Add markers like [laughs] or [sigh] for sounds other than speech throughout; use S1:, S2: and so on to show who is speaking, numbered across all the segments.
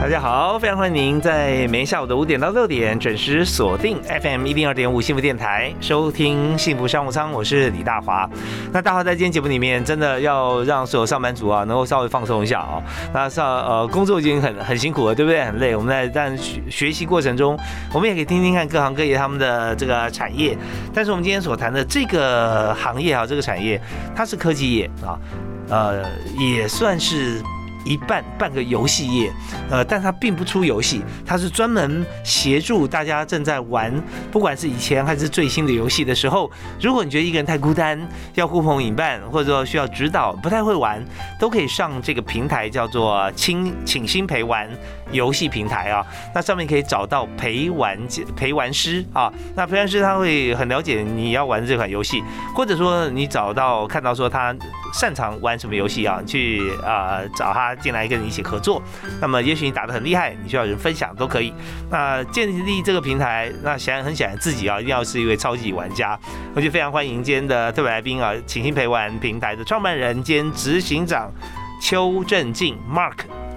S1: 大家好，非常欢迎您在每天下午的五点到六点准时锁定 FM 一零二点五幸福电台，收听幸福商务舱，我是李大华。那大华在今天节目里面，真的要让所有上班族啊，能够稍微放松一下啊、那上呃工作已经很很辛苦了，对不对？很累。我们在但学学习过程中，我们也可以听听看各行各业他们的这个产业。但是我们今天所谈的这个行业啊，这个产业，它是科技业啊，呃，也算是一半半个游戏业。呃，但它并不出游戏，它是专门协助大家正在玩，不管是以前还是最新的游戏的时候，如果你觉得一个人太孤单，要呼朋引伴，或者说需要指导，不太会玩，都可以上这个平台叫做“亲请新陪玩”游戏平台啊。那上面可以找到陪玩陪玩师啊，那陪玩师他会很了解你要玩这款游戏，或者说你找到看到说他擅长玩什么游戏啊，你去啊、呃找他进来跟你一起合作。那么也许你打得很厉害，你需要有人分享都可以。那建立这个平台，那显然很显然自己啊，一定要是一位超级玩家。我就非常欢迎今天的特别来宾啊，请新陪玩平台的创办人兼执行长邱正进 Mark。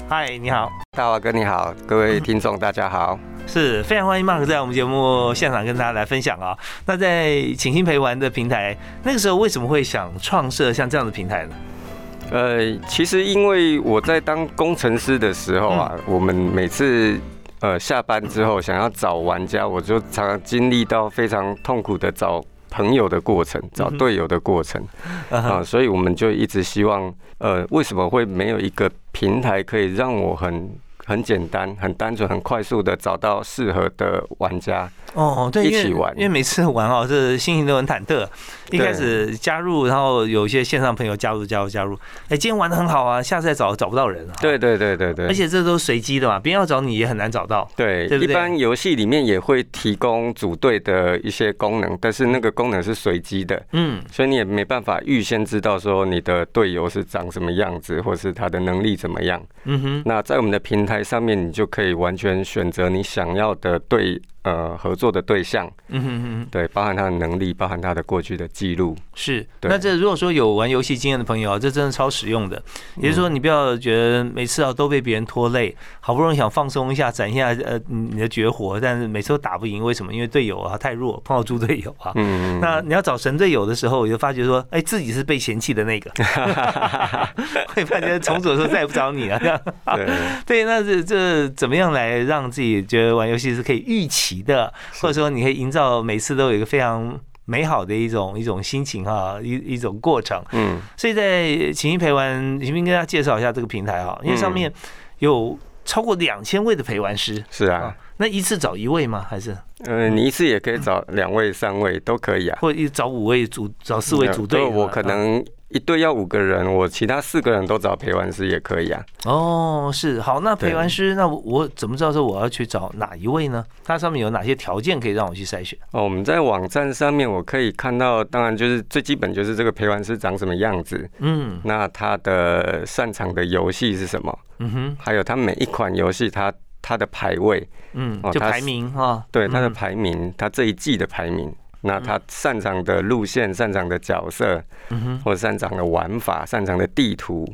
S1: 嗨，你好，
S2: 大华哥你好，各位听众大家好。
S1: 是非常欢迎 Mark 在我们节目现场跟大家来分享啊。那在请新陪玩的平台，那个时候为什么会想创设像这样的平台呢？ [laughs]
S2: 呃，其实因为我在当工程师的时候
S1: 嗯
S2: 啊，我们每次呃下班之后想要找玩家，我就常常经历到非常痛苦的找朋友的过程，找
S1: 嗯哼
S2: 队友的过程
S1: 嗯
S2: 啊、
S1: 哼
S2: 所以我们就一直希望，呃，为什么会没有一个平台可以让我很很简单、很单纯、很快速的找到适合的玩家？
S1: 哦，对，
S2: 一
S1: 因为
S2: 起玩
S1: 因为每次玩哦，这心情都很忐忑。一
S2: 对
S1: 开始加入，然后有一些线上朋友加入、加入、加入，哎，今天玩的很好啊，下次再找找不到人啊。，
S2: 对对对对对
S1: 而。且这都是随机的嘛，别人要找你也很难找到。
S2: 对，
S1: 对不
S2: 一
S1: 对
S2: 般游戏里面也会提供组队的一些功能，但是那个功能是随机的，
S1: 嗯，
S2: 所以你也没办法预先知道说你的队友是长什么样子，或是他的能力怎么样。
S1: 嗯哼，
S2: 那在我们的平台上面，你就可以完全选择你想要的对呃合作的对象，
S1: 嗯哼嗯哼，
S2: 对，包含他的能力，包含他的过去的记录。
S1: 是。
S2: 对
S1: 那这如果说有玩游戏经验的朋友啊，这真的超实用的。也就是
S2: 嗯
S1: 说，你不要觉得每次啊都被别人拖累，好不容易想放松一下，展现一下呃你你的绝活，但是每次都打不赢，为什么？因为队友啊太弱，碰到猪队友啊。
S2: 嗯，
S1: 那你要找神队友的时候，我就发觉说，哎、自己是被嫌弃的那
S2: [laughs]
S1: 个，会发觉重组的时候再也不找你了。这样
S2: 对，
S1: 对，那这这怎么样来让自己觉得玩游戏是可以预期的，或者说你可以营造每次都有一个非常美好的一种一种心情哈、一一种过程。
S2: 嗯，
S1: 所以在请一陪玩，请一跟大家介绍一下这个平台哈、因为
S2: 嗯
S1: 上面有超过两千位的陪玩师
S2: 是啊，，
S1: 那一次找一位吗？还是
S2: 呃，你一次也可以找两位、三位都可以啊。
S1: 或者一找五位组，找四位组队
S2: 对
S1: 啊？
S2: 我可能一队要五个人，我其他四个人都找陪玩师也可以啊。
S1: 哦，是好，那陪
S2: 对
S1: 玩师，那我我怎么知道说我要去找哪一位呢？它上面有哪些条件可以让我去筛选？
S2: 哦，我们在网站上面我可以看到，当然就是最基本就是这个陪玩师长什么样子，
S1: 嗯
S2: 那他的擅长的游戏是什么，
S1: 嗯哼
S2: 还有他每一款游戏他他的排位，
S1: 嗯，
S2: 哦
S1: 就
S2: 它
S1: 排
S2: 是
S1: 名哈，
S2: 对他的
S1: 嗯
S2: 排名，他这一季的排名。那他擅长的路线、擅长的角色，
S1: 嗯哼
S2: 或者擅长的玩法、擅长的地图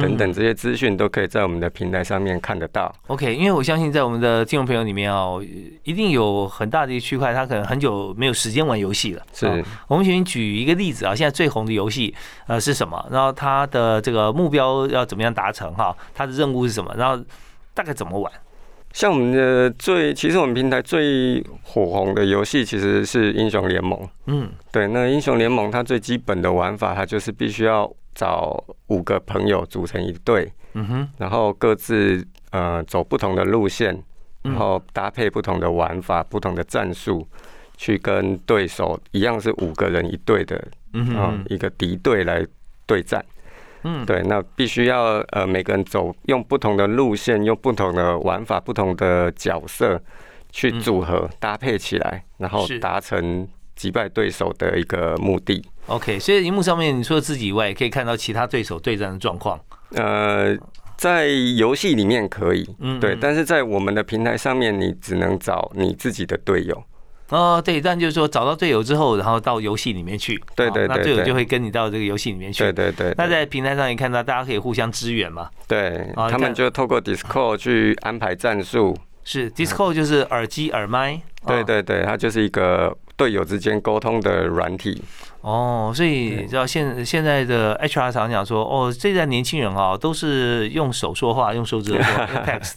S2: 等等
S1: 嗯
S2: 这些资讯，都可以在我们的平台上面看得到。
S1: OK，因为我相信在我们的听众朋友里面哦，一定有很大的一个区块，他可能很久没有时间玩游戏了。
S2: 是，
S1: 哦我们先举一个例子啊，现在最红的游戏呃是什么？然后它的这个目标要怎么样达成哈？它的任务是什么？然后大概怎么玩？
S2: 像我们的最，其实我们平台最火红的游戏其实是英雄联盟。
S1: 嗯
S2: 对，那英雄联盟它最基本的玩法，它就是必须要找五个朋友组成一队，
S1: 嗯哼
S2: 然后各自呃走不同的路线，
S1: 嗯
S2: 然后搭配不同的玩法、不同的战术，去跟对手一样是五个人一队的
S1: 嗯
S2: 啊、
S1: 哼，
S2: 一个敌对来对战。
S1: 嗯，
S2: 对，那必须要呃每个人走用不同的路线，用不同的玩法、不同的角色去
S1: 嗯
S2: 组合、搭配起来，然后
S1: 是
S2: 达成击败对手的一个目的。
S1: OK，所以荧幕上面你除了自己以外，也可以看到其他对手对战的状况。
S2: 呃，在游戏里面可以，
S1: 嗯，
S2: 对，
S1: 嗯
S2: 但是在我们的平台上面，你只能找你自己的队友。
S1: 哦，对，但就是说找到队友之后，然后到游戏里面去，
S2: 对
S1: 哦
S2: 对
S1: 那
S2: 对
S1: 队友
S2: 对
S1: 就会跟你到这个游戏里面去
S2: 对。对对，
S1: 那
S2: 对
S1: 在平台上也看到，大家可以互相支援嘛。
S2: 对
S1: 哦你
S2: 他们
S1: 看
S2: 就透过 Discord 去安排战术。
S1: 是 Discord 就是耳机耳麦，哦
S2: 嗯对对对，它就是一个队友之间沟通的软体。
S1: 哦，所以你知道现现在的 HR 常讲说，哦，这代年轻人啊，都是用手说话，用手指头说用 text，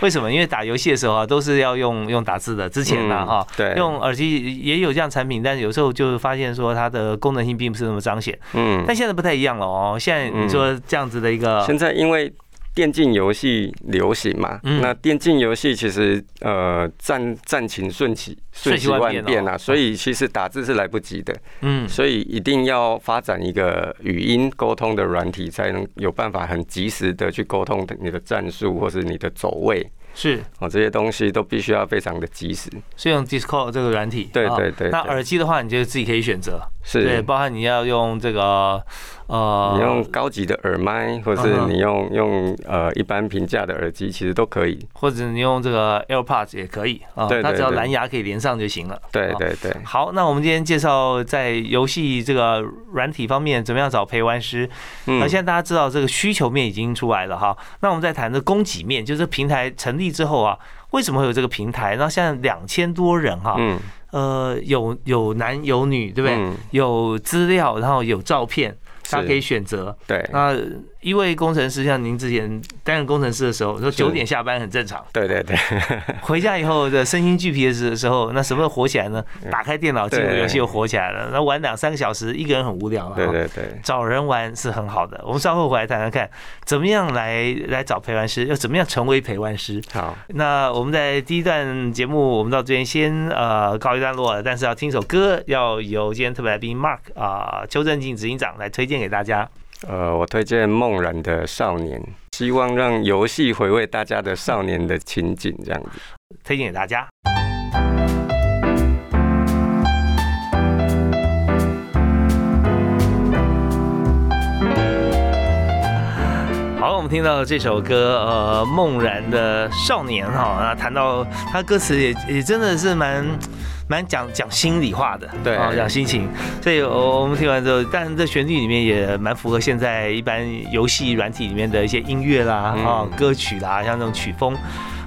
S1: 为
S2: [laughs]
S1: 什么？因为打游戏的时候啊，都是要用用打字的，之前呢、
S2: 嗯
S1: 哈、
S2: 对
S1: 哦用耳机也有这样产品，但有时候就发现说它的功能性并不是那么彰显。
S2: 嗯，
S1: 但现在不太一样了哦，现在你说这样子的一个，
S2: 现在因为电竞游戏流行嘛，
S1: 嗯
S2: 那电竞游戏其实呃战战情瞬息
S1: 瞬
S2: 瞬
S1: 息
S2: 息
S1: 万
S2: 万
S1: 变哦
S2: 变啊，所以其实打字是来不及的，
S1: 嗯，
S2: 所以一定要发展一个语音沟通的软体，才能有办法很及时的去沟通你的战术或是你的走位
S1: 是
S2: 哦，这些东西都必须要非常的及时。
S1: 是用 Discord 这个软体，
S2: 对
S1: 啊
S2: 对对
S1: 那
S2: 对
S1: 耳机的话，你就自己可以选择，对，
S2: 是。
S1: 包含你要用这个呃，
S2: 你用高级的耳麦，或是
S1: 嗯哼
S2: 你用用呃一般平价的耳机，其实都可以。
S1: 或者你用这个 AirPods 也可以啊，
S2: 对对
S1: 它只要
S2: 对
S1: 蓝牙可以连上就行了。
S2: 对
S1: 哦
S2: 对对。
S1: 好，那我们今天介绍在游戏这个软体方面怎么样找陪玩师。
S2: 嗯
S1: 那、现在大家知道这个需求面已经出来了哈，那我们再谈这供给面，就是平台成立之后啊，为什么会有这个平台？那现在两千多人哈，
S2: 嗯，
S1: 呃，有有男有女，对不对？
S2: 嗯
S1: 有资料，然后有照片，
S2: 是
S1: 大家可以选择。
S2: 对。
S1: 那一位工程师，像您之前担任工程师的时候，说
S2: 是
S1: 九点下班很正常。 [laughs]
S2: 对对对，
S1: 回家以后的身心俱疲的时时候，那什么时候火起来呢？
S2: 嗯
S1: 打开电脑进入游戏又火起来了，那玩两三个小时，一个人很无聊啊了。
S2: 对。对对，
S1: 找人玩是很好的，我们稍后回来谈谈看，怎么样来来找陪玩师，要怎么样成为陪玩师。
S2: 好，
S1: 那我们在第一段节目，我们到这边先呃告一段落了，但是要听首歌，要由今天特别来宾 Mark 啊、邱正进执行长来推荐给大家。
S2: 呃，我推荐《梦然的少年》，希望让游戏回味大家的少年的情景，这样子。
S1: 推荐给大家。好，我们听到这首歌，呃，梦然的少年哈，那谈到他歌词也也真的是蛮蛮讲讲心里话的，
S2: 对
S1: 啊讲心情，所以我我们听完之后，但这旋律里面也蛮符合现在一般游戏软体里面的一些音乐啦，啊、
S2: 嗯
S1: 歌曲啦，像这种曲风，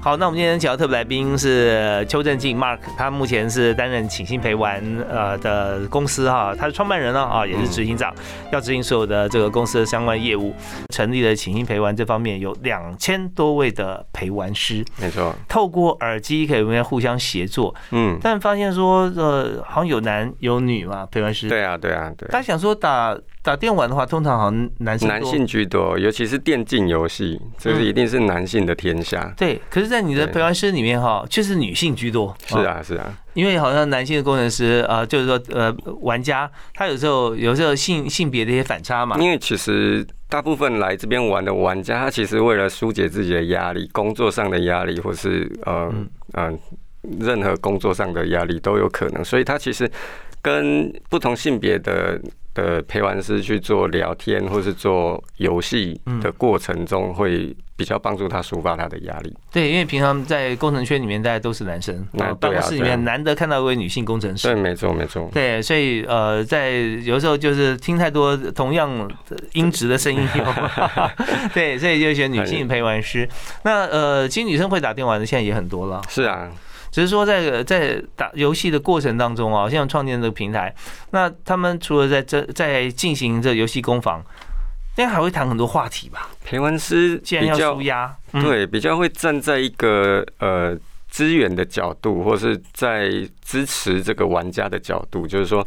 S1: 好，那我们今天请到特别来宾是邱正进 Mark，他目前是担任请信陪玩呃的公司哈、他是创办人呢啊，也是执行长，要执行所有的这个公司的相关业务，成立了请信陪玩这方面有两千多位的陪玩师，
S2: 没错，
S1: 透过耳机可以我们互相协作，
S2: 嗯，
S1: 但发现说呃好像有男有女嘛陪玩师，
S2: 对啊，对啊，对。
S1: 他想说打打电玩的话，通常好像男生多
S2: 男性居多，尤其是电竞游戏，
S1: 嗯
S2: 这
S1: 哦
S2: 是一定是男性的天下。
S1: 对，可是，在你的
S2: 对
S1: 陪玩师里面哈，却是女性居多，
S2: 是啊，是啊，
S1: 因为好像男性的工程师，呃，就是说，呃，玩家他有时候有时候性性别的一些反差嘛，
S2: 因为其实大部分来这边玩的玩家，他其实为了疏解自己的压力，工作上的压力，或是呃
S1: 嗯
S2: 嗯、呃任何工作上的压力都有可能，所以他其实跟不同性别的的陪玩师去做聊天，或是做游戏
S1: 嗯
S2: 的过程中，会比较帮助他抒发他的压力。
S1: 对，因为平常在工程圈里面大家都是男生，
S2: 那
S1: 呃
S2: 对
S1: 办
S2: 啊
S1: 公室里
S2: 对啊
S1: 面难得看到一位女性工程师
S2: 对，，没错，没错。
S1: 对，所以呃，在有时候就是听太多同样音质的声
S2: [laughs]
S1: 音，对，所以就选女性陪玩师。那呃，其实女生会打电玩的现在也很多了，
S2: 是啊，
S1: 只是说在呃在打游戏的过程当中啊，像创建这个平台，那他们除了在这在进行这游戏攻防，应该还会谈很多话题吧？
S2: 陪玩师
S1: 既然
S2: 比
S1: 要
S2: 较
S1: 输压，嗯，
S2: 对，比较会站在一个呃资源的角度，或是在支持这个玩家的角度，就是说，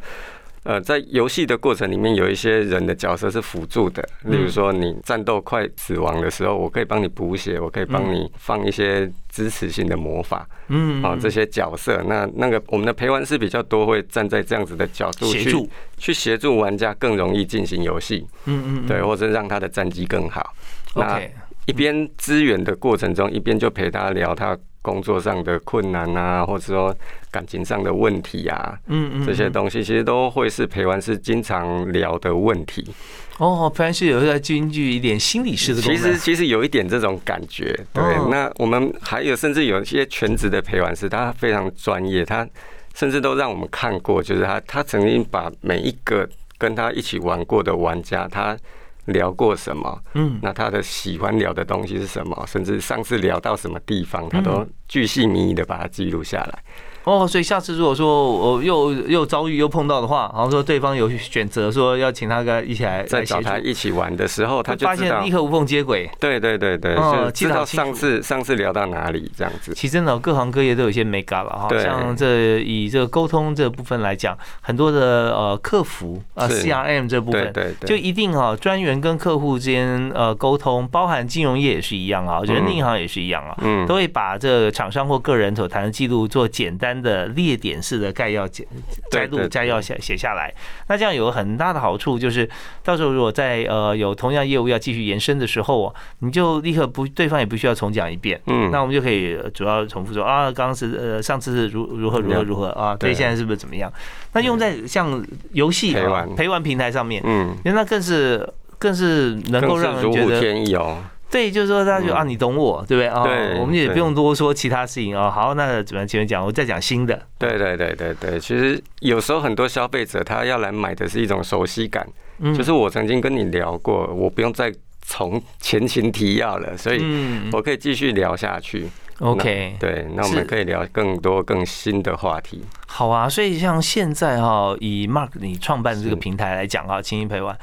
S2: 呃，在游戏的过程里面，有一些人的角色是辅助的，
S1: 嗯
S2: 例如说你战斗快死亡的时候，我可以帮你补血，我可以帮你放一些支持性的魔法，
S1: 嗯
S2: 啊、这些角色。那那个我们的陪玩师比较多，会站在这样子的角度
S1: 协
S2: 去
S1: 助
S2: 去协助玩家更容易进行游戏，
S1: 嗯
S2: 对，或者让他的战绩更好。那
S1: ，OK，
S2: 一边支援的过程中，一边就陪他聊他工作上的困难啊，或者说感情上的问题啊，
S1: 嗯嗯
S2: 这些东西其实都会是陪玩师经常聊的问题。
S1: 哦，不然是有在兼具一点心理式的功
S2: 其
S1: 能，
S2: 实其实有一点这种感觉，对。
S1: 哦
S2: 那我们还有甚至有一些全职的陪玩师，他非常专业，他甚至都让我们看过，就是他他曾经把每一个跟他一起玩过的玩家，他聊过什么，
S1: 嗯
S2: 那他的喜欢聊的东西是什么，甚至上次聊到什么地方，他
S1: 嗯
S2: 都巨细靡遗的把它记录下来。
S1: 哦，所以下次如果说我又又遭遇又碰到的话，好像说对方有选择说要请他跟一起来
S2: 在找
S1: 来协助
S2: 他一起玩的时候，他就
S1: 发
S2: 知道
S1: 现立，刻无缝接轨。
S2: 对对对对，
S1: 哦
S2: 就
S1: 记
S2: 知
S1: 得好
S2: 道
S1: 清楚
S2: 上次上次聊到哪里这样子。
S1: 其实真的哦各行各业都有一些 make up 啊了哈，
S2: 对
S1: 像这以这个沟通这部分来讲，很多的呃客服啊、呃、
S2: 是
S1: CRM 这部
S2: 对
S1: 分。
S2: 对对，
S1: 就一定哈、专员跟客户之间呃沟通，包含金融业也是一样啊，人力银行也是一样啊，
S2: 嗯
S1: 都会把这个厂商或个人所谈的记录做简单的列点式的概要简摘
S2: 对对
S1: 录
S2: 对
S1: 摘要写写下来。那这样有个很大的好处就是，到时候如果在呃有同样业务要继续延伸的时候哦，你就立刻不对方也不需要重讲一遍。
S2: 嗯
S1: 那我们就可以呃主要重复说啊，刚刚是呃上次是如如何如何如何啊，对，
S2: 嗯对
S1: 现在是不是怎么样？那用在像游戏啊
S2: 陪玩
S1: 陪玩平台上面，
S2: 嗯，
S1: 因为那更是更是能够
S2: 更
S1: 让
S2: 是如
S1: 人觉
S2: 虎
S1: 得，
S2: 添翼哦。
S1: 对，就是说大家就、
S2: 嗯
S1: 啊，你懂我，对不对？啊、
S2: 对
S1: 我们也
S2: 对
S1: 不用多说其他事情哦。好，那怎么样前面讲，我再讲新的，
S2: 对对对对对，其实有时候很多消费者他要来买的是一种熟悉感，
S1: 嗯
S2: 就是我曾经跟你聊过，我不用再从前情提要了，所以
S1: 嗯
S2: 我可以继续聊下去。
S1: ，OK，
S2: 对，那我
S1: 是
S2: 们可以聊更多更新的话题。
S1: 好啊。所以像现在哈、以 Mark 你创办的这个
S2: 是
S1: 平台来讲哈、轻音陪玩，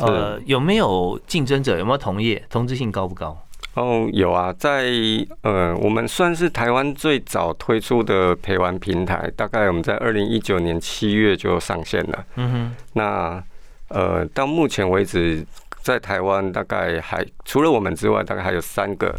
S1: 呃，有没有竞争者？有没有同业？同质性高不高？
S2: 哦，有啊，在呃，我们算是台湾最早推出的陪玩平台，大概我们在二零一九年七月就上线了。
S1: 嗯
S2: 那呃，到目前为止，在台湾大概还除了我们之外，大概还有三个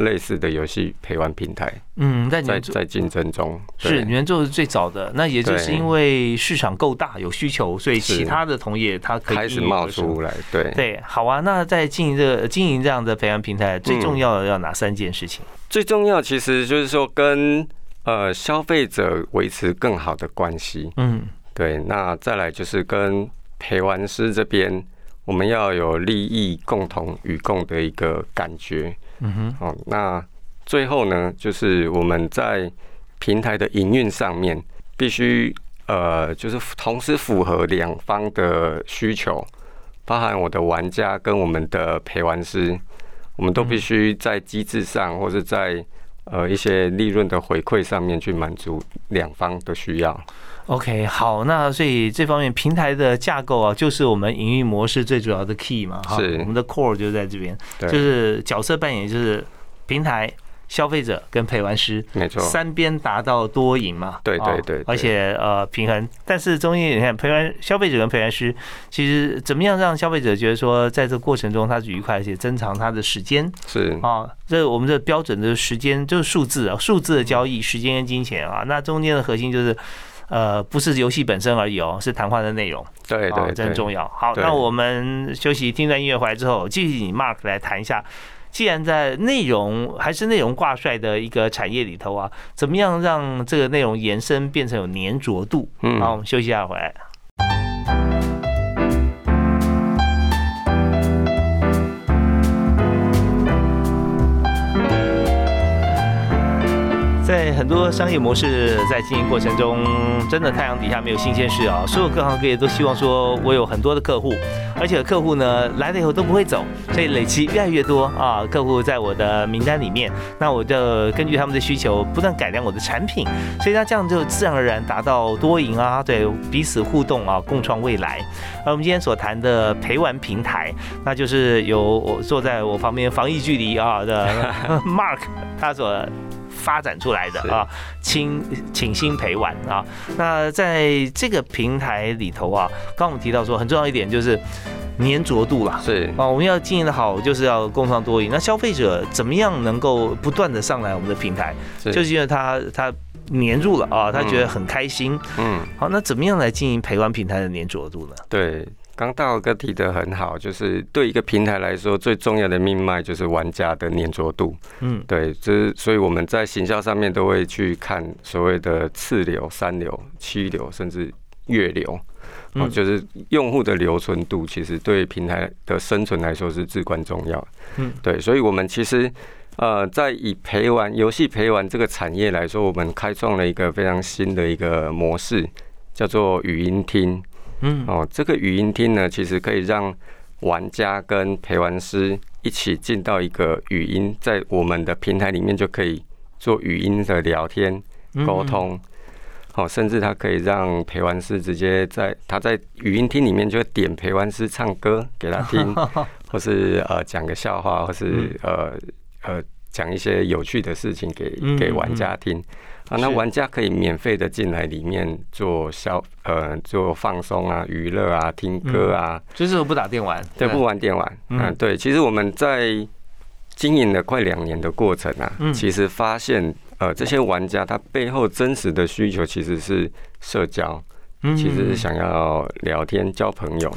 S2: 类似的游戏陪玩平台
S1: 哼，嗯，但你
S2: 在
S1: 们做
S2: 在竞争中。
S1: 是
S2: 对
S1: 你们做的是最早的，那也就是
S2: 对
S1: 因为市场够大，有需求，所以
S2: 是
S1: 其他的同业它可以
S2: 开始
S1: 应运而
S2: 冒
S1: 生
S2: 出来，对，
S1: 对，好啊。那在经营这个经营这样的培养平台，
S2: 嗯
S1: 最重要的要哪三件事情？
S2: 最重要其实就是说跟呃消费者维持更好的关系。
S1: 嗯
S2: 对，那再来就是跟陪玩师这边，我们要有利益共同与共的一个感觉。
S1: 嗯哼，
S2: 哦，那最后呢，就是我们在平台的营运上面必须呃，就是同时符合两方的需求，包含我的玩家跟我们的陪玩师，我们都
S1: 嗯
S2: 必须在机制上或是在呃一些利润的回馈上面去满足两方的需要。
S1: OK，好，那所以这方面平台的架构啊，就是我们营运模式最主要的 key 嘛，哈，
S2: 是
S1: 我们的 core 就在这边，
S2: 对，
S1: 就是角色扮演，就是平台、消费者跟陪玩师。
S2: 没错。
S1: 三边达到多赢嘛，
S2: 对对
S1: 哦
S2: 对对
S1: 而且呃平衡。但是中间你看陪玩消费者跟陪玩师，其实怎么样让消费者觉得说，在这过程中他是愉快，而且增长他的时间，
S2: 是
S1: 啊，这我们这标准的时间就是数字啊，数字的交
S2: 嗯
S1: 易，时间跟金钱啊，那中间的核心就是。呃，不是游戏本身而已哦，是谈话的内容，
S2: 对
S1: 啊
S2: 对
S1: 这很
S2: 对，
S1: 重要。好，
S2: 对
S1: 那我们休息，听段音乐回来之后，继续以 Mark 来谈一下，既然在内容还是内容挂帅的一个产业里头啊，怎么样让这个内容延伸变成有粘着度？
S2: 嗯
S1: 好，我们休息一下回来。在很多商业模式在经营过程中，真的太阳底下没有新鲜事啊！所有各行各业都希望说，我有很多的客户，而且客户呢来了以后都不会走，所以累积越来越多啊，客户在我的名单里面，那我就根据他们的需求不断改良我的产品，所以那这样就自然而然达到多赢啊，对彼此互动啊，共创未来。而我们今天所谈的陪玩平台，那就是由我坐在我旁边防疫距离啊的 Mark 他所。发展出来的
S2: 是
S1: 啊，倾倾心陪玩啊。那在这个平台里头啊，刚刚我们提到说很重要一点就是粘着度啦。
S2: 是
S1: 啊，我们要经营的好，就是要共创多赢。那消费者怎么样能够不断的上来我们的平台，
S2: 是
S1: 就是因为他他粘住了啊，他觉得
S2: 嗯
S1: 很开心。
S2: 嗯。
S1: 好，那怎么样来经营陪玩平台的粘着度呢？
S2: 对，刚大豪哥提的很好，就是对一个平台来说，最重要的命脉就是玩家的粘着度。
S1: 嗯，
S2: 对，就是所以我们在行销上面都会去看所谓的次流、三流、七流，甚至月流。哦，
S1: 嗯
S2: 就是用户的留存度，其实对平台的生存来说是至关重要。
S1: 嗯，
S2: 对，所以我们其实呃，在以陪玩游戏陪玩这个产业来说，我们开创了一个非常新的一个模式，叫做语音厅。
S1: 嗯
S2: 哦，这个语音厅呢，其实可以让玩家跟陪玩师一起进到一个语音，在我们的平台里面就可以做语音的聊天
S1: 嗯
S2: 沟，通。哦，甚至它可以让陪玩师直接在他在语音厅里面就点陪玩师唱歌给他
S1: [laughs]
S2: 听，或是呃讲个笑话，或是呃呃讲一些有趣的事情给
S1: 嗯
S2: 给
S1: 嗯
S2: 玩
S1: 嗯
S2: 家听。啊，那
S1: 是
S2: 玩家可以免费的进来里面做消呃做放松啊、娱乐啊、听歌啊，
S1: 就是我不打电玩，
S2: 对，不玩电玩。
S1: 嗯
S2: 嗯、对，其实我们在经营了快两年的过程啊，
S1: 嗯
S2: 其实发现呃这些玩家他背后真实的需求其实是社交，
S1: 嗯
S2: 其实是想要聊天、交朋友。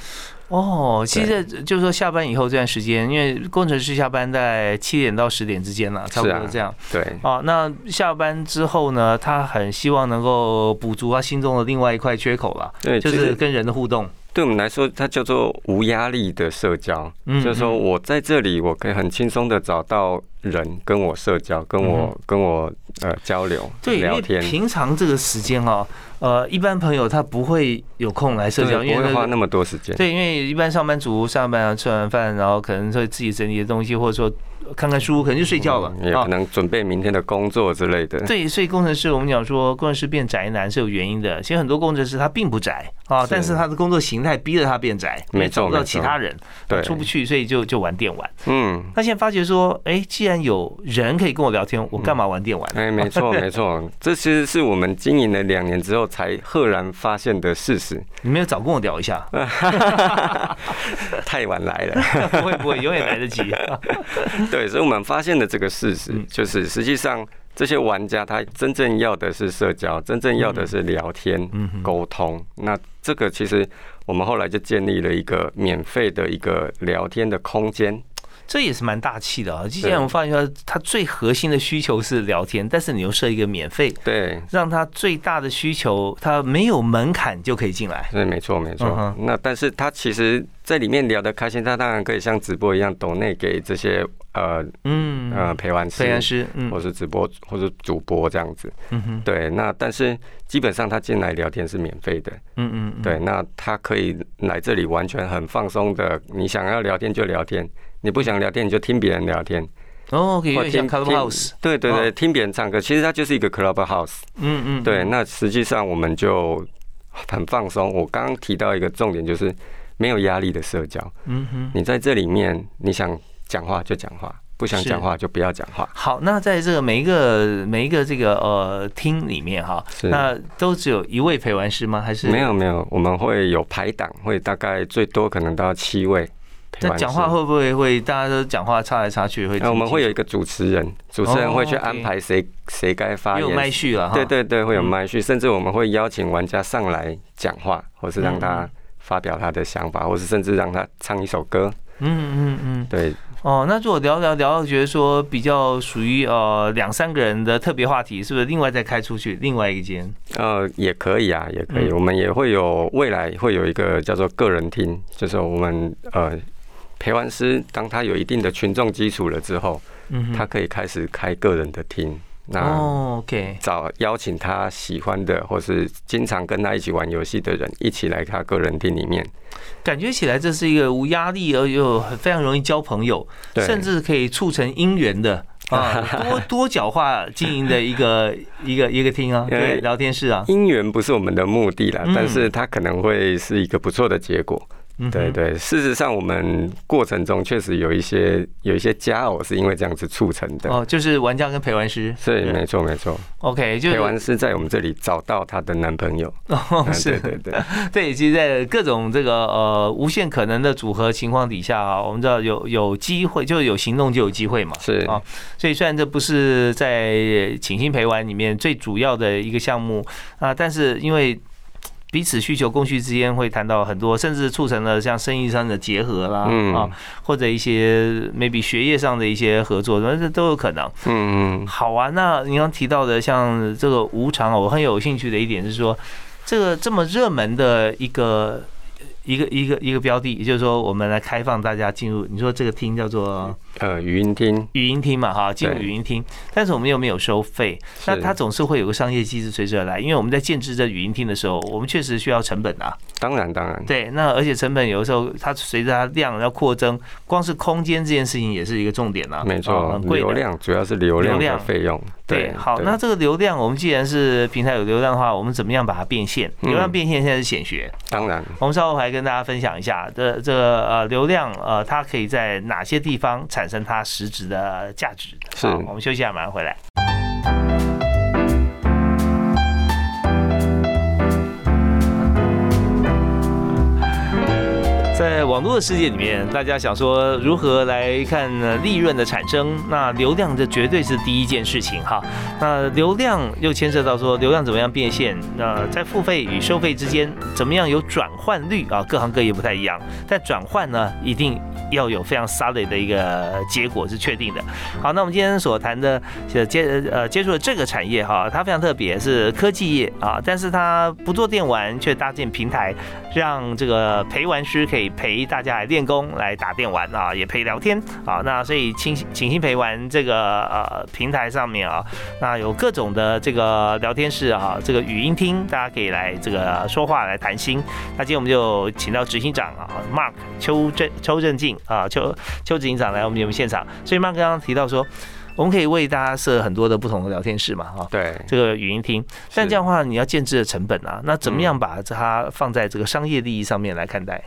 S1: 哦，其实就是说下班以后这段时间，因为工程师下班在七点到十点之间了，差不
S2: 啊
S1: 多这样。
S2: 对，
S1: 哦，那下班之后呢，他很希望能够补足他心中的另外一块缺口了，
S2: 对，
S1: 就
S2: 其
S1: 是
S2: 实
S1: 跟人的互动。
S2: 对我们来说，它叫做无压力的社交。
S1: 嗯
S2: 就是说，我在这里，我可以很轻松的找到人跟我社交，跟我、
S1: 嗯
S2: 跟我呃交流
S1: 对，因
S2: 聊
S1: 为
S2: 天，
S1: 平常这个时间哦，呃，一般朋友他不会有空来社交，
S2: 对
S1: 因
S2: 不
S1: 为
S2: 会花
S1: 那
S2: 那么多时间。
S1: 对，因为一般上班族上班啊，吃完饭，然后可能会自己整理的东西，或者说看看书，可能就睡觉了
S2: 嗯也
S1: 啊
S2: 可。能准备明天的工作之类的。
S1: 对，所以工程师，我们讲说工程师变宅男是有原因的。其实很多工程师他并不宅啊，
S2: 是
S1: 但是他的工作形态逼着他变宅，因为
S2: 没错
S1: 找不到
S2: 没
S1: 其
S2: 错
S1: 他人，啊
S2: 对
S1: 出不去，所以就就玩电玩。
S2: 嗯，
S1: 那现在发觉说，哎，既然有人可以跟我聊天，我干嘛玩电玩？
S2: 哎，没错没错，这其实是我们经营了两年之后才赫然发现的事实， [laughs]
S1: 你没有早跟我聊一下，
S2: 太晚来了。
S1: 不会不会，永远来得及。 [laughs]
S2: 对，所以我们发现了这个事实，
S1: 嗯
S2: 就是实际上这些玩家他真正要的是社交，真正要
S1: 嗯
S2: 的是聊天、沟、通。那这个其实我们后来就建立了一个免费的一个聊天的空间。
S1: 这也是蛮大气的啊。既然我们发现他他最核心的需求是聊天，但是你又设一个免费，
S2: 对，
S1: 让他最大的需求他没有门槛就可以进来。
S2: 对，没错没错。
S1: 嗯哼
S2: 那但是他其实在里面聊得开心，他当然可以像直播一样抖内给这些呃
S1: 嗯，
S2: 呃陪玩师。
S1: 虽然是嗯
S2: 或是直播，或是主播这样子，
S1: 嗯哼
S2: 对。那但是基本上他进来聊天是免费的，
S1: 嗯嗯嗯
S2: 对，那他可以来这里完全很放松的，你想要聊天就聊天，你不想聊天你就听别人聊天，
S1: 哦，OK，有
S2: 或
S1: 点像
S2: 听
S1: Clubhouse，
S2: 听对对对，
S1: 哦
S2: 听别人唱歌，其实它就是一个 clubhouse。
S1: 嗯嗯，
S2: 对，那实际上我们就很放松。我刚刚提到一个重点，就是没有压力的社交。
S1: 嗯哼。
S2: 你在这里面，你想讲话就讲话，不想
S1: 是
S2: 讲话就不要讲话。
S1: 好，那在这个每一个每一个这个呃厅里面哈，
S2: 是
S1: 那都只有一位陪玩师吗？还是
S2: 没？有没有，我们会有排档，会大概最多可能到七位陪
S1: 那
S2: 玩师。
S1: 讲话会不会会大家都讲话插来插去会听
S2: 那
S1: 不清楚？
S2: 我们会有一个主持人，主持人会去
S1: 哦，OK
S2: 安排谁谁该发
S1: 也有麦
S2: 言。
S1: 序了哈。
S2: 对对对，会有
S1: 嗯
S2: 麦序，甚至我们会邀请玩家上来讲话，或是让
S1: 嗯
S2: 他发表他的想法，或是甚至让他唱一首歌。
S1: 嗯嗯嗯。
S2: 对，
S1: 哦，那如果聊聊聊，觉得说比较属于呃两三个人的特别话题，是不是另外再开出去另外一个间？
S2: 呃，也可以啊，也可以。
S1: 嗯
S2: 我们也会有未来会有一个叫做个人厅，就是我们呃陪玩师，当他有一定的群众基础了之后，
S1: 嗯哼
S2: 他可以开始开个人的厅。那
S1: 哦，OK，
S2: 找邀请他喜欢的，或是经常跟他一起玩游戏的人，一起来他个人厅里面。
S1: 感觉起来这是一个无压力而又非常容易交朋友，
S2: 对
S1: 甚至可以促成姻缘
S2: [laughs]
S1: 的啊，多多角化经营的一个 [laughs] 一个一个厅啊，
S2: 因为
S1: 对，聊天室啊，
S2: 姻缘不是我们的目的啦，
S1: 嗯
S2: 但是它可能会是一个不错的结果。
S1: 嗯哼
S2: 对，对，事实上我们过程中确实有一些有一些佳偶是因为这样子促成的。
S1: 哦，就是玩家跟陪玩师，
S2: 是没错没错，
S1: OK，就是
S2: 陪玩是在我们这里找到她的男朋友，
S1: [laughs] 哦，
S2: 嗯
S1: 是
S2: 对对对，
S1: [laughs] 对，其实，在各种这个呃无限可能的组合情况底下啊，我们知道有有机会，就有行动就有机会嘛。
S2: 是嗯
S1: 啊，所以虽然这不是在请星陪玩里面最主要的一个项目啊，但是因为彼此需求供需之间会谈到很多，甚至促成了像生意上的结合啦、
S2: 嗯
S1: 啊，或者一些 maybe 学业上的一些合作，那这都有可能。
S2: 嗯嗯，
S1: 好啊，那你刚提到的像这个无偿啊，我很有兴趣的一点是说，这个这么热门的一个一个一个一个标的，也就是说，我们来开放大家进入，你说这个厅叫做
S2: 呃，语音厅
S1: 语音厅嘛，哈，进入
S2: 对
S1: 语音厅，但是我们又没有收费，那它总是会有个商业机制随之而来，因为我们在建制这语音厅的时候，我们确实需要成本啊，
S2: 当然当然，
S1: 对，那而且成本有的时候它随着它量要扩增，光是空间这件事情也是一个重点啊，
S2: 没
S1: 啊
S2: 错
S1: 很，贵的
S2: 流量主要是流
S1: 流
S2: 量的
S1: 量
S2: 费用，
S1: 对，好，那这个流量，我们既然是平台有流量的话，我们怎么样把它变现？
S2: 嗯
S1: 流量变现现在是显学，
S2: 当然
S1: 我们稍后还跟大家分享一下，这这个呃流量呃，它可以在哪些地方产生它实质的价值？
S2: 是
S1: 好我们休息一下，马上回来。在网络的世界里面，大家想说如何来看呃利润的产生？那流量这绝对是第一件事情哈。那流量又牵涉到说流量怎么样变现？那在付费与收费之间怎么样有转换率啊？各行各业不太一样，但转换呢，一定要有非常 solid 的一个结果是确定的。好，那我们今天所谈的呃接呃接触的这个产业哈，它非常特别，是科技业啊，但是它不做电玩，却搭建平台，让这个陪玩师可以陪大家来练功、来打电玩啊，也陪聊天啊。那所以请请新陪玩这个呃平台上面啊，那有各种的这个聊天室啊，这个语音厅，大家可以来这个说话来谈心。那今天我们就请到执行长啊，Mark 邱正邱正进啊，邱邱执行长来我们节目现场。所以 Mark 刚刚提到说，我们可以为大家设很多的不同的聊天室嘛，啊哈、
S2: 对，
S1: 这个语音厅，但
S2: 是
S1: 这样的话，你要建制的成本啊，那怎么样把它放在这个商业利益上面来看待？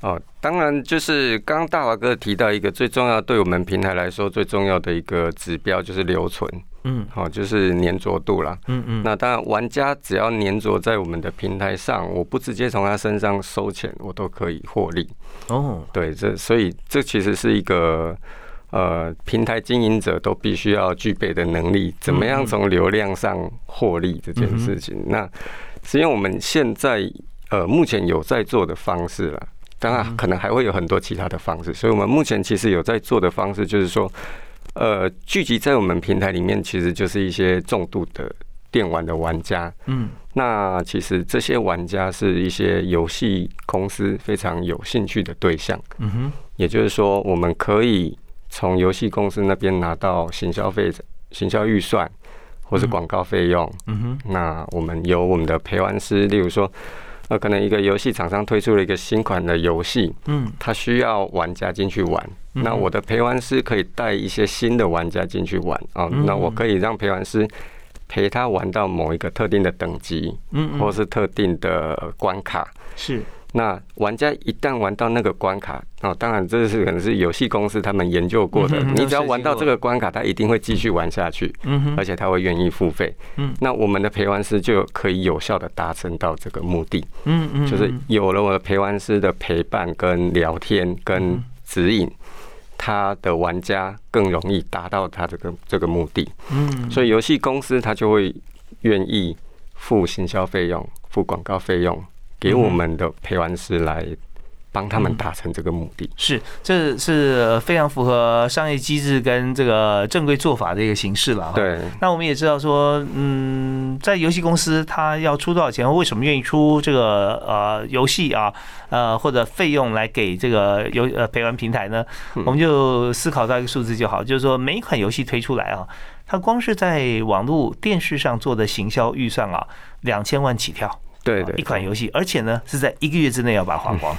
S2: 哦，当然就是刚刚大华哥提到一个最重要，对我们平台来说最重要的一个指标就是留存，
S1: 嗯
S2: 哦，就是粘着度啦。
S1: 嗯嗯，
S2: 那当然，玩家只要粘着在我们的平台上，我不直接从他身上收钱，我都可以获利。
S1: 哦，
S2: 对，这所以这其实是一个呃平台经营者都必须要具备的能力，怎么样从流量上获利这件事情。那是因为我们现在呃目前有在做的方式啦，当然可能还会有很多其他的方式，所以我们目前其实有在做的方式就是说，呃，聚集在我们平台里面，其实就是一些重度的电玩的玩家，
S1: 嗯
S2: 那其实这些玩家是一些游戏公司非常有兴趣的对象，
S1: 嗯哼，
S2: 也就是说，我们可以从游戏公司那边拿到行销费、行销预算或是广告费用。
S1: 嗯哼，
S2: 那我们有我们的陪玩师，例如说，呃，可能一个游戏厂商推出了一个新款的游戏，
S1: 嗯
S2: 它需要玩家进去玩。
S1: 嗯
S2: 那我的陪玩师可以带一些新的玩家进去玩啊、哦
S1: 嗯
S2: 那我可以让陪玩师陪他玩到某一个特定的等级，
S1: 嗯嗯，
S2: 或是特定的呃关卡。
S1: 是，
S2: 那玩家一旦玩到那个关卡，哦，当然这是可能是游戏公司他们研究过的，
S1: 嗯哼
S2: 你只要玩到这个关卡，他一定会继续玩下去，
S1: 嗯哼
S2: 而，且他会愿意付费。
S1: 嗯
S2: 那我们的陪玩师就可以有效的达成到这个目的，
S1: 嗯嗯，
S2: 就是
S1: 嗯
S2: 有了我的陪玩师的陪伴、跟聊天、跟指引。他的玩家更容易达到他这个这个目的，
S1: 嗯，
S2: 所以游戏公司它就会愿意付行销费用、付广告费用给我们的陪玩师来帮他
S1: 嗯
S2: 们达成这个目的。
S1: 是，这是呃非常符合商业机制跟这个正规做法的一个形式了。。
S2: 对，
S1: 那我们也知道说，嗯，在游戏公司它要出多少钱，为什么愿意出这个呃游戏啊，呃或者费用来给这个游呃陪玩平台呢？
S2: 嗯
S1: 我们就思考到一个数字就好，就是说每一款游戏推出来啊，它光是在网络电视上做的行销预算啊，两千万起跳，
S2: 对对，嗯
S1: 一款游戏，而且呢是在一个月之内要把它花光。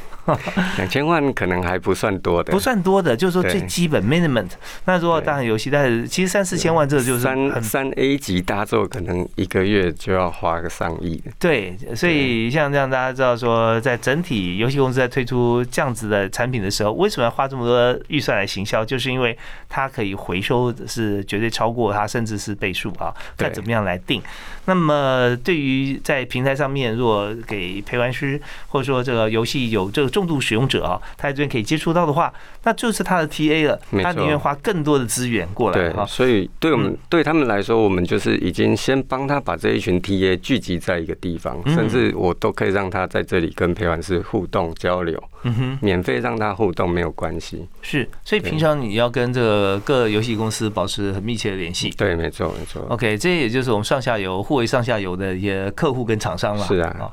S2: 两千万可能还不算多的，
S1: 不算多的，就是说最
S2: 对
S1: 基本 minimum。那如果
S2: 对
S1: 当然有些，但是其实三四千万这个就是
S2: 三
S1: 很
S2: 三 A 级大作，可能一个月就要花个上亿。
S1: 对，呃所以像这样大家知道说，在整体游戏公司在推出这样子的产品的时候，为什么要花这么多预算来行销？就是因为它可以回收是绝对超过它，甚至是倍数啊，
S2: 对
S1: 看怎么样来定。那么对于在平台上面，如果给陪玩师或者说这个游戏有这个重度使用者啊，他在这边可以接触到的话，那就是他的 TA 了，
S2: 没
S1: 他
S2: 错
S1: 宁愿花更多的资源过来
S2: 对
S1: 啊，。
S2: 所以对我们、
S1: 嗯
S2: 对他们来说，我们就是已经先帮他把这一群 TA 聚集在一个地方，
S1: 嗯
S2: 甚至我都可以让他在这里跟陪玩师互动交流，
S1: 嗯哼。
S2: 免费让他互动没有关系。
S1: 是，所以
S2: 对
S1: 平常你要跟这个各游戏公司保持很密切的联系。
S2: 对，没错，没错。
S1: OK，这也就是我们上下游互为上下游的一些客户跟厂商了。
S2: 是啊
S1: 哦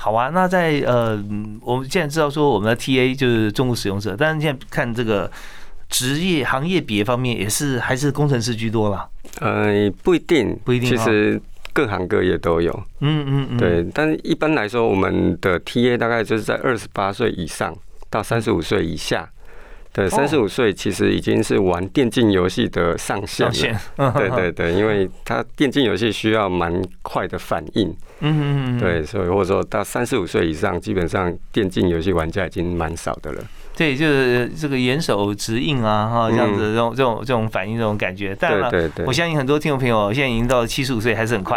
S1: 好啊。那在呃，嗯我们现在知道说我们的 TA 就是重度使用者，但是现在看这个职业行业别方面，也是还是工程师居多啦。
S2: 呃，不一定，
S1: 不一定
S2: 其
S1: 哦
S2: 实各行各业都有。
S1: 嗯嗯嗯，，
S2: 对，但是一般来说，我们的 TA 大概就是在二十八岁以上到三十五岁以下。
S1: 哦
S2: 对，三十五岁其实已经是玩电竞游戏的上限
S1: 上
S2: 了。
S1: 线。
S2: [laughs] 对对对，因为它电竞游戏需要蛮快的反应，
S1: [laughs] 嗯，嗯嗯嗯，
S2: 对，所以或者说到三十五岁以上，基本上电竞游戏玩家已经蛮少的了。
S1: 对，就是这个严守直应啊，哈，这样子
S2: 嗯
S1: 这种这种这种反应，这种感觉。当然
S2: 对
S1: 了，
S2: 对对
S1: 我，相信很多听众朋友现在已经到七十五岁，还是很
S2: [laughs]
S1: 快。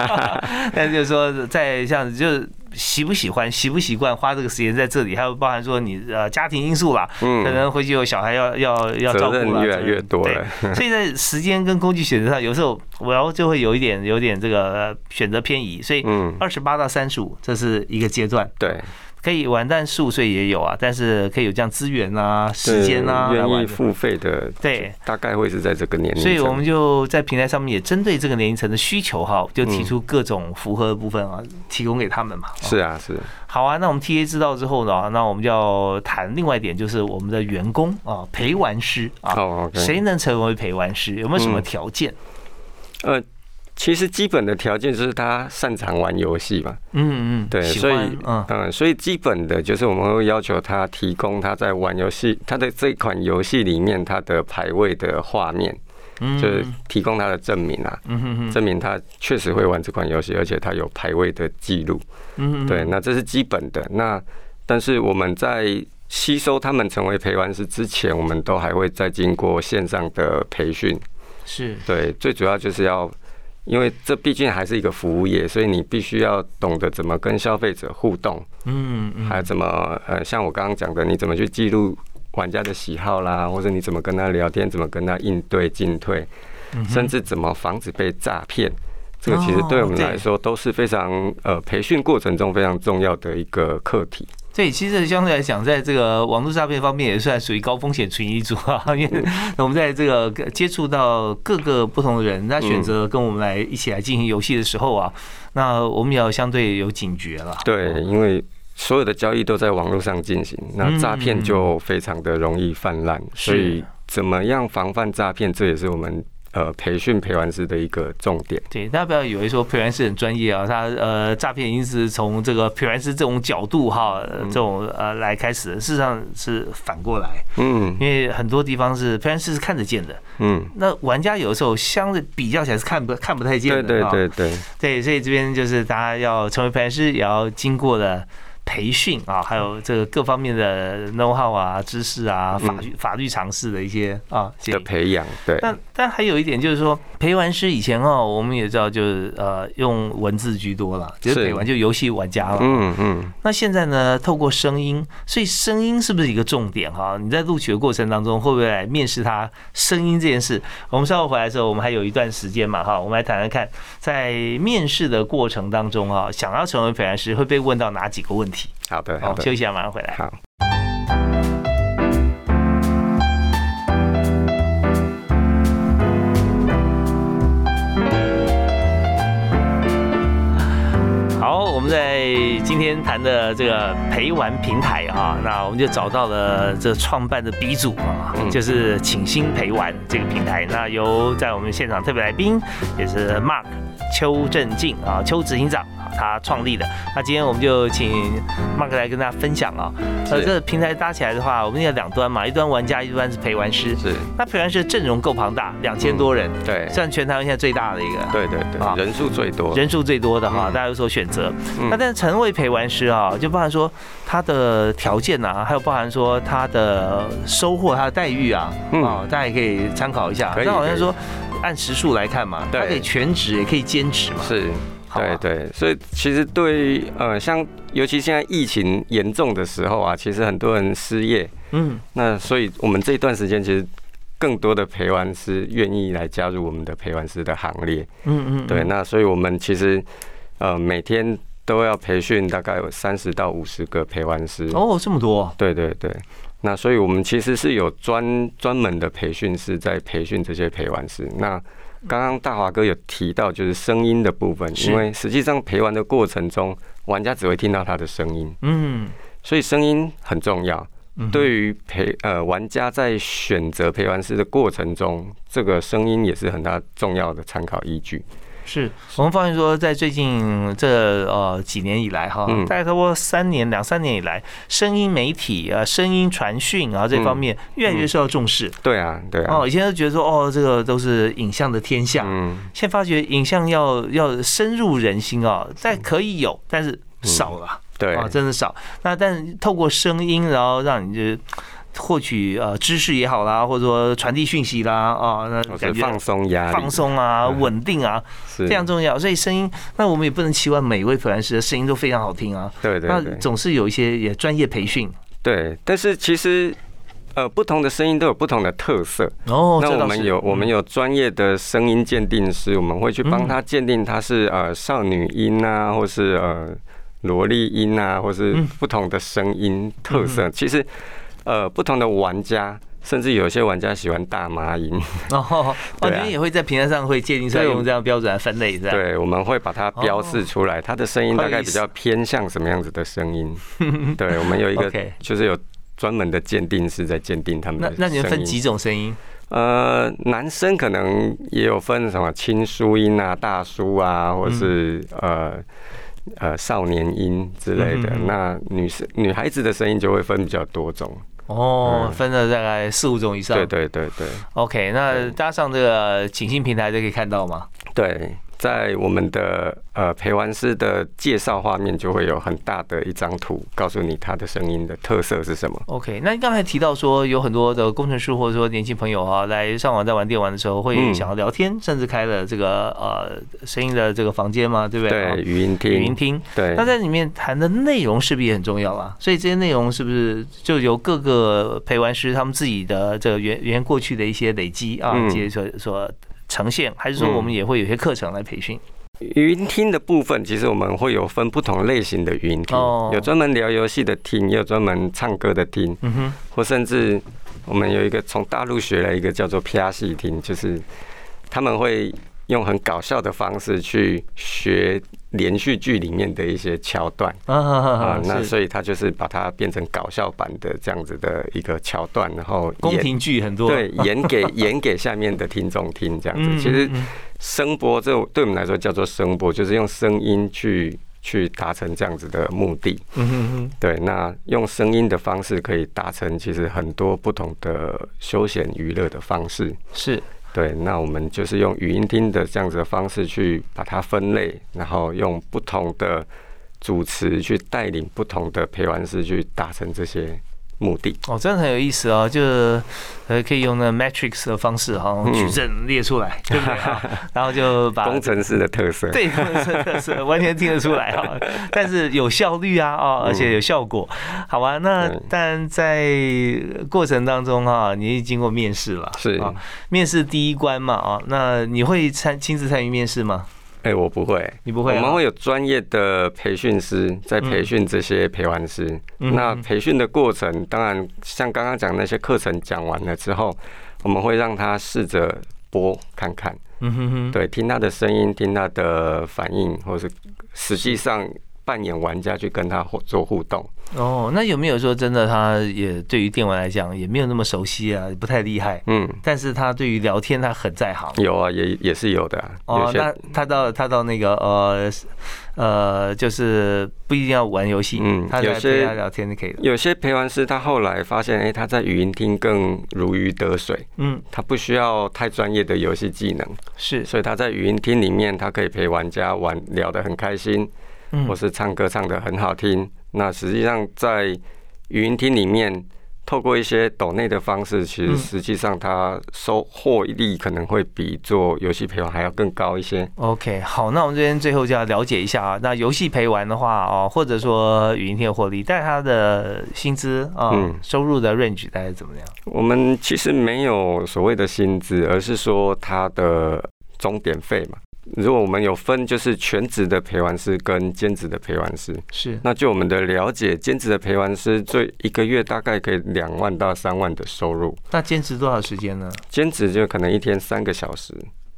S1: [laughs] 但是就是说，在像就是喜不喜欢、习不习惯花这个时间在这里，还有包含说你呃家庭因素啦，
S2: 嗯
S1: 可能回去有小孩要要要照
S2: 责
S1: 顾
S2: 任
S1: 啦，
S2: 越来越多
S1: 对
S2: 了。
S1: 所以在时间跟工具选择上，有时候我要就会有一点有点这个呃选择偏移，所以。
S2: 嗯，
S1: 二十八到三十五，这是一个阶段，
S2: 对，
S1: 可以玩，但十五岁也有啊，但是可以有这样资源啊、时间啊
S2: 对
S1: 来
S2: 愿
S1: 玩
S2: 意
S1: 的
S2: 付费的，
S1: 对，
S2: 大概会是在这个年龄层。
S1: 所以我们就在平台上面也针对这个年龄层的需求哈，就提出各种符合的部分啊，提供给他们嘛。
S2: 嗯是啊，是
S1: 好啊，那我们 TA 知道之后呢，那我们就要谈另外一点，就是我们的员工啊，陪玩师啊，
S2: 哦，OK，
S1: 谁能成为陪玩师？有没有什
S2: 嗯
S1: 么条件？
S2: 呃，其实基本的条件就是他擅长玩游戏嘛，
S1: 嗯嗯，
S2: 对
S1: 喜
S2: 所以
S1: 欢嗯
S2: 嗯，所以基本的就是我们会要求他提供他在玩游戏，他的这款游戏里面他的排位的画面，
S1: 嗯，
S2: 就是提供他的证明啊，
S1: 嗯哼哼
S2: 证明他确实会玩这款游戏，而且他有排位的记录。
S1: 嗯哼哼
S2: 对，那这是基本的。那但是我们在吸收他们成为陪玩师之前，我们都还会再经过线上的培训。
S1: 是
S2: 对，最主要就是要，因为这毕竟还是一个服务业，所以你必须要懂得怎么跟消费者互动，
S1: 嗯嗯
S2: 还有怎么呃，像我刚刚讲的，你怎么去记录玩家的喜好啦，或者你怎么跟他聊天，怎么跟他应对进退，
S1: 嗯
S2: 甚至怎么防止被诈骗。这个其实
S1: 哦
S2: 对我们
S1: 对
S2: 来说都是非常呃培训过程中非常重要的一个课题。
S1: 对，其实相对来讲，在这个网络诈骗方面也算属于高风险群一族啊，因为我们在这个接触到各个不同的人，他选择跟我们来一起来进行游戏的时候啊，那我们也要相对有警觉了。
S2: 对，因为所有的交易都在网络上进行，那诈骗就非常的容易泛滥，
S1: 嗯是
S2: 所以怎么样防范诈骗，这也是我们呃培训陪玩师的一个重点。
S1: 对，大家不要以为说陪玩师很专业啊，他呃诈骗已经是从这个陪玩师这种角度哈，呃这种呃来开始的，事实上是反过来，
S2: 嗯
S1: 因为很多地方是陪玩师是看得见的，
S2: 嗯，
S1: 那玩家有的时候相对比较起来是看不看不太见
S2: 对
S1: 的。
S2: 对
S1: 啊
S2: 对对，
S1: 对，所以这边就是大家要成为培训师，也要经过的培训啊，还有这个各方面的 know how 啊、知识啊、法律法律常识的一些啊建
S2: 的
S1: 议。
S2: 培养，对
S1: 但但还有一点就是说，陪玩师以前哦，我们也知道就是呃用文字居多啦，就是
S2: 是
S1: 陪玩就游戏玩家了。
S2: 嗯嗯，
S1: 那现在呢，透过声音，所以声音是不是一个重点哈？你在录取的过程当中，会不会来面试他声音这件事？我们稍后回来的时候，我们还有一段时间嘛哈，我们来谈谈看，在面试的过程当中哈，想要成为陪玩师会被问到哪几个问题？
S2: 好的哎好
S1: 好，
S2: 的
S1: 休息一下，马上回来。
S2: 好。
S1: 好，我们在今今天谈的这个陪玩平台啊，那我们就找到了这创办的鼻祖啊，
S2: 嗯
S1: 就是请新陪玩这个平台。那由在我们现场特别来宾也是 Mark 邱正进啊，邱执行长啊他创立的。那今天我们就请 Mark 来跟大家分享啊，呃，
S2: 是
S1: 这个平台搭起来的话，我们有两端嘛，一端玩家，一端是陪玩师。
S2: 是，
S1: 那陪玩师的阵容够庞大，两千多人，
S2: 嗯对，
S1: 算全台湾现在最大的一个。
S2: 对对
S1: 啊
S2: 对，人数最多，
S1: 人数最多的哈，
S2: 嗯
S1: 大家有所选择。
S2: 嗯
S1: 那但是成为陪玩师啊，就包含说他的条件啊，还有包含说他的收获、他的待遇啊，
S2: 嗯
S1: 啊，大家也可以参考一下。
S2: 可以
S1: 那好像
S2: 可以
S1: 说按时数来看嘛，
S2: 对
S1: 他可以全职也可以兼职嘛，
S2: 是。
S1: 好啊
S2: 对
S1: 吧
S2: 对，所以其实对呃，像尤其现在疫情严重的时候啊，其实很多人失业，
S1: 嗯，
S2: 那所以我们这一段时间其实更多的陪玩师愿意来加入我们的陪玩师的行列。
S1: 嗯嗯，
S2: 对，
S1: 嗯
S2: 那所以我们其实呃每天都要培训大概有三十到五十个陪玩师。
S1: 哦，这么多，
S2: 对对对，那所以我们其实是有专专门的培训师在培训这些陪玩师。那刚刚大华哥有提到就是声音的部分，
S1: 是
S2: 因为实际上陪玩的过程中，玩家只会听到他的声音，
S1: 嗯，
S2: 所以声音很重要。
S1: 嗯
S2: 对于陪呃玩家在选择陪玩师的过程中，这个声音也是很大重要的参考依据。
S1: 是我们发现说，在最近这呃几年以来哈，
S2: 嗯
S1: 大概差不多三年两三年以来，声音媒体啊、呃声音传讯啊
S2: 嗯
S1: 这方面越来越受到重视。
S2: 对啊，对啊，
S1: 哦，以前都觉得说哦，这个都是影像的天下，
S2: 嗯，
S1: 现在发觉影像要要深入人心啊、但可以有，但是少了啊、
S2: 嗯对，
S1: 真的少。那但透过声音，然后让你就。获取呃知识也好啦，或者说传递讯息啦啊，那
S2: 或者
S1: 感觉
S2: 哦放松压力，
S1: 放松啊、
S2: 嗯
S1: 稳定啊，
S2: 是
S1: 非常重要。所以声音，那我们也不能期望每位普兰师的声音都非常好听啊。
S2: 对对
S1: 那
S2: 对
S1: 总是有一些也专业培训
S2: 对。但是其实呃，不同的声音都有不同的特色。
S1: 哦。这
S2: 那我
S1: 倒
S2: 们
S1: 是
S2: 有我们有专业的声音鉴定师，我们会去
S1: 嗯
S2: 帮他鉴定他是呃少女音啊，或是呃萝莉音啊，或是
S1: 嗯
S2: 不同的声音特色。其实呃不同的玩家，甚至有些玩家喜欢大麻音，
S1: 哦，哦，
S2: 对
S1: 你
S2: 啊
S1: 们也会在平台上会界定出来
S2: 对我
S1: 用这样标准来分类，这样。
S2: [laughs] 对，我们会把它
S1: 哦
S2: 标示出来，他的声音大
S1: 好有意
S2: 概比
S1: 思
S2: 较偏向什么样子的声音。
S1: [laughs]
S2: 对，我们有一个
S1: OK
S2: 就是有专门的鉴定师在鉴定他们
S1: 那
S2: 的
S1: 那你们
S2: 声
S1: 分
S2: 音
S1: 几种声音？
S2: 呃，男生可能也有分什么轻舒音啊、大叔啊，或是、
S1: 嗯
S2: 呃呃少年音之类
S1: 嗯
S2: 的。
S1: 嗯嗯
S2: 那女生女孩子的声音就会分比较多种。
S1: 哦，
S2: 嗯
S1: 分了大概四五种以上。
S2: 对对对对
S1: OK，那
S2: 对
S1: 搭上这个请信平台就可以看到吗？
S2: 对，在我们的呃陪玩师的介绍画面就会有很大的一张图，告诉你它的声音的特色是什么。
S1: OK，那你刚才提到说有很多的工程师或者说年轻朋友啊，来上网在玩电玩的时候会
S2: 嗯
S1: 想要聊天，甚至开了这个呃声音的这个房间嘛，对不对？
S2: 对，
S1: 啊，
S2: 语音听，
S1: 语音厅。
S2: 对，
S1: 那在里面谈的内容势必也很重要啊，所以这些内容是不是就由各个陪玩师他们自己的这个原原过去的一些累积啊，
S2: 嗯
S1: 这些所所呈现，还是说
S2: 嗯
S1: 我们也会有一些课程来培训？
S2: 语音厅的部分，其实我们会有分不同类型的语音厅，
S1: 哦
S2: 有专门聊游戏的厅，也有专门唱歌的厅，
S1: 嗯哼，
S2: 或甚至我们有一个从大陆学来一个叫做 P R 戏厅，就是他们会用很搞笑的方式去学连续剧里面的一些桥段
S1: 啊哈哈
S2: 啊、
S1: 哈，
S2: 那
S1: 是
S2: 所以他就是把它变成搞笑版的这样子的一个桥段，然后
S1: 宫
S2: 演
S1: 廷剧很多，
S2: 对演给 [laughs] 演给下面的听众听这样子，
S1: 嗯，
S2: 其实
S1: 嗯。嗯
S2: 声波，这种对我们来说叫做声波，就是用声音去去达成这样子的目的。
S1: 嗯哼哼，
S2: 对，那用声音的方式可以达成其实很多不同的休闲娱乐的方式。
S1: 是
S2: 对，那我们就是用语音听的这样子的方式去把它分类，然后用不同的主持去带领不同的陪玩师去达成这些目的。
S1: 哦，真的很有意思哦，就是呃，可以用那 matrix 的方式哈，
S2: 嗯
S1: 矩阵列出来，
S2: [laughs]
S1: 对不对啊？然后就把
S2: 工程师的特
S1: [laughs]
S2: 色。
S1: 对，是是完全听得出来哈，但是有效率啊哦，而且有效果，好吧？那
S2: 嗯对
S1: 但在过程当中哈，你已经过面试了，
S2: 是
S1: 啊，面试第一关嘛啊，那你会参亲自参与面试吗？
S2: 哎、我不会，
S1: 你不会啊
S2: 我们会有专业的培训师在培训这些陪玩师。
S1: 嗯
S2: 那培训的过程，当然像刚刚讲那些课程讲完了之后，我们会让他试着播看看，
S1: 嗯哼哼，
S2: 对，听他的声音，听他的反应，或是实际上扮演玩家去跟他互做互动。
S1: 哦，那有没有说真的，他也对于电玩来讲也没有那么熟悉啊，不太厉害，
S2: 嗯，
S1: 但是他对于聊天他很在行。
S2: 有啊，也也是有的、啊。
S1: 哦
S2: 有，些
S1: 那他到他到那个呃呃，就是不一定要玩游戏，
S2: 嗯
S1: 他
S2: 有
S1: 来
S2: 些
S1: 陪他聊天就可以了。
S2: 有些陪玩师他后来发现，哎、他在语音厅更如鱼得水，
S1: 嗯，
S2: 他不需要太专业的游戏技能，
S1: 是，
S2: 所以他在语音厅里面，他可以陪玩家玩聊得很开心，
S1: 嗯
S2: 或是唱歌唱得很好听。那实际上在语音厅里面，透过一些抖内的方式，其
S1: 嗯
S2: 实实际上它收获利可能会比做游戏陪玩还要更高一些。
S1: OK，好，那我们这边最后就要了解一下啊，那游戏陪玩的话哦，或者说语音天的获利，但他的薪资啊、
S2: 嗯
S1: 收入的 range 大概怎么样？
S2: 我们其实没有所谓的薪资，而是说它的钟点费嘛。如果我们有分，就是全职的陪玩师跟兼职的陪玩师。
S1: 是
S2: 那就我们的了解，兼职的陪玩师最一个月大概可以两万到三万的收入，
S1: 那坚持多少时间呢？
S2: 兼职就可能一天三个小时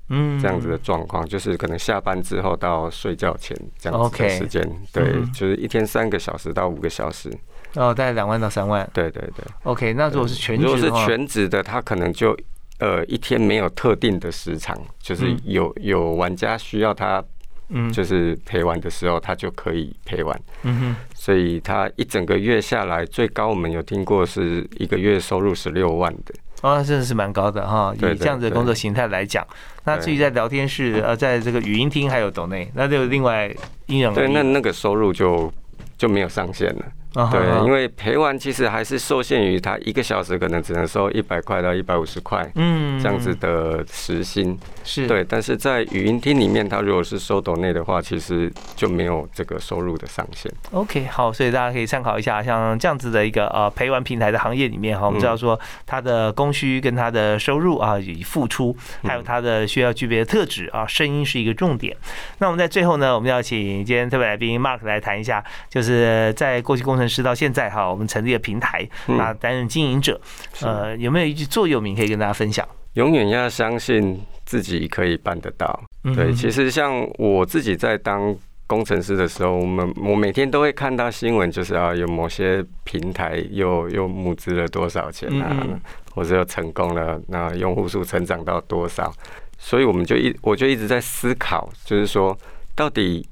S1: 嗯，
S2: 这样子的状况，就是可能下班之后到睡觉前这样子
S1: OK
S2: 的时间，对
S1: 嗯，
S2: 就是一天三个小时到五个小时，
S1: 哦，大概两万到三万。
S2: 对对对。
S1: OK，那如果是全职
S2: 如
S1: 的
S2: 果
S1: 话，
S2: 是全职的，他可能就呃一天没有特定的时长，就是
S1: 嗯
S2: 有有玩家需要他
S1: 嗯，
S2: 就是陪玩的时候，他就可以陪玩。
S1: 嗯
S2: 所以他一整个月下来，最高我们有听过是一个月收入十六万的。
S1: 哼，哦，那真的是蛮高的哈。以
S2: 对对
S1: 这样子的工作形态来讲，那至于在聊天室呃，在这个语音厅还有抖内，那就另外因人而
S2: 对，
S1: 异。
S2: 那那个收入就就没有上限了。
S1: 啊哈
S2: 对，
S1: 哈
S2: 因为陪玩其实还是受限于他一个小时可能只能收一百块到一百五十块
S1: 嗯
S2: 这样子的时薪。
S1: 是
S2: 对，但是在语音厅里面，它如果是收抖内的话，其实就没有这个收入的上限。
S1: OK，好，所以大家可以参考一下，像这样子的一个呃陪玩平台的行业里面哈，我们
S2: 嗯
S1: 知道说它的供需跟它的收入啊，以及付出，
S2: 嗯
S1: 还有它的需要具备的特质啊，声音是一个重点。那我们在最后呢，我们要请今天特别来宾 Mark 来谈一下，就是在过去工程师到现在哈，我们成立了平台，
S2: 嗯
S1: 那担任经营者，呃，有没有一句座右铭可以跟大家分享？
S2: 永远要相信自己可以办得到。对，
S1: 嗯
S2: 其实像我自己在当工程师的时候，我们我每天都会看到新闻，就是啊，有某些平台又又募资了多少钱啊，
S1: 嗯嗯
S2: 或者又成功了，那用户数成长到多少？所以我们就一我就一直在思考，就是说到底。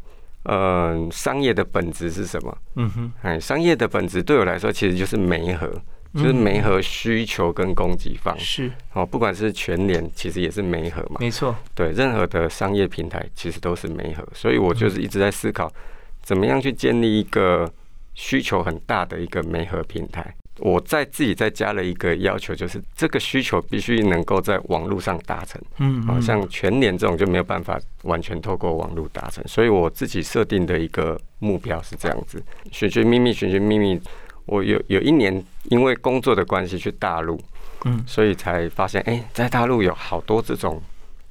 S2: 嗯，商业的本质是什么？
S1: 嗯哼，
S2: 哎，商业的本质对我来说其实就是媒合，就是
S1: 嗯
S2: 媒合需求跟供给方。
S1: 是
S2: 哦，不管是全联，其实也是媒合嘛。
S1: 没错，
S2: 对，任何的商业平台其实都是媒合，所以我就是一直在思考，怎么样去建立一个需求很大的一个媒合平台。我在自己再加了一个要求，就是这个需求必须能够在网络上达成。
S1: 嗯，
S2: 好、
S1: 嗯
S2: 像全联这种就没有办法完全透过网络达成，所以我自己设定的一个目标是这样子：寻寻觅觅，寻寻觅觅。我有有一年因为工作的关系去大陆，
S1: 嗯
S2: 所以才发现，哎、在大陆有好多这种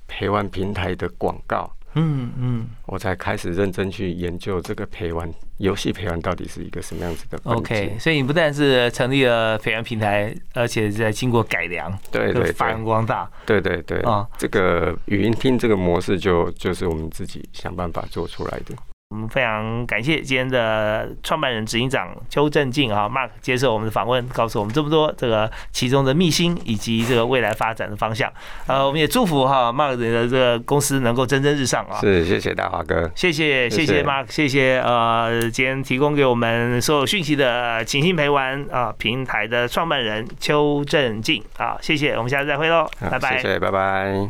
S2: 陪玩平台的广告，
S1: 嗯嗯
S2: 我才开始认真去研究这个陪玩游戏陪玩到底是一个什么样子的本质。
S1: OK，所以你不但是成立了培养平台，而且在经过改良，
S2: 对
S1: 就
S2: 对
S1: 发扬
S2: 对
S1: 光大。
S2: 对对对，
S1: 啊
S2: 这个语音听这个模式就就是我们自己想办法做出来的。
S1: 我们非常感谢今天的创办人、执行长邱正进啊，Mark 接受我们的访问，告诉我们这么多这个其中的秘辛以及这个未来发展的方向。呃，我们也祝福哈、Mark 的这个公司能够蒸蒸日上啊。
S2: 是，谢谢大华哥。
S1: 谢谢谢
S2: 谢谢
S1: 谢 Mark，谢谢呃，今天提供给我们所有讯息的请信陪玩啊、平台的创办人邱正进啊，谢谢，我们下次再会喽，
S2: 好
S1: 拜拜。
S2: 谢谢，拜拜。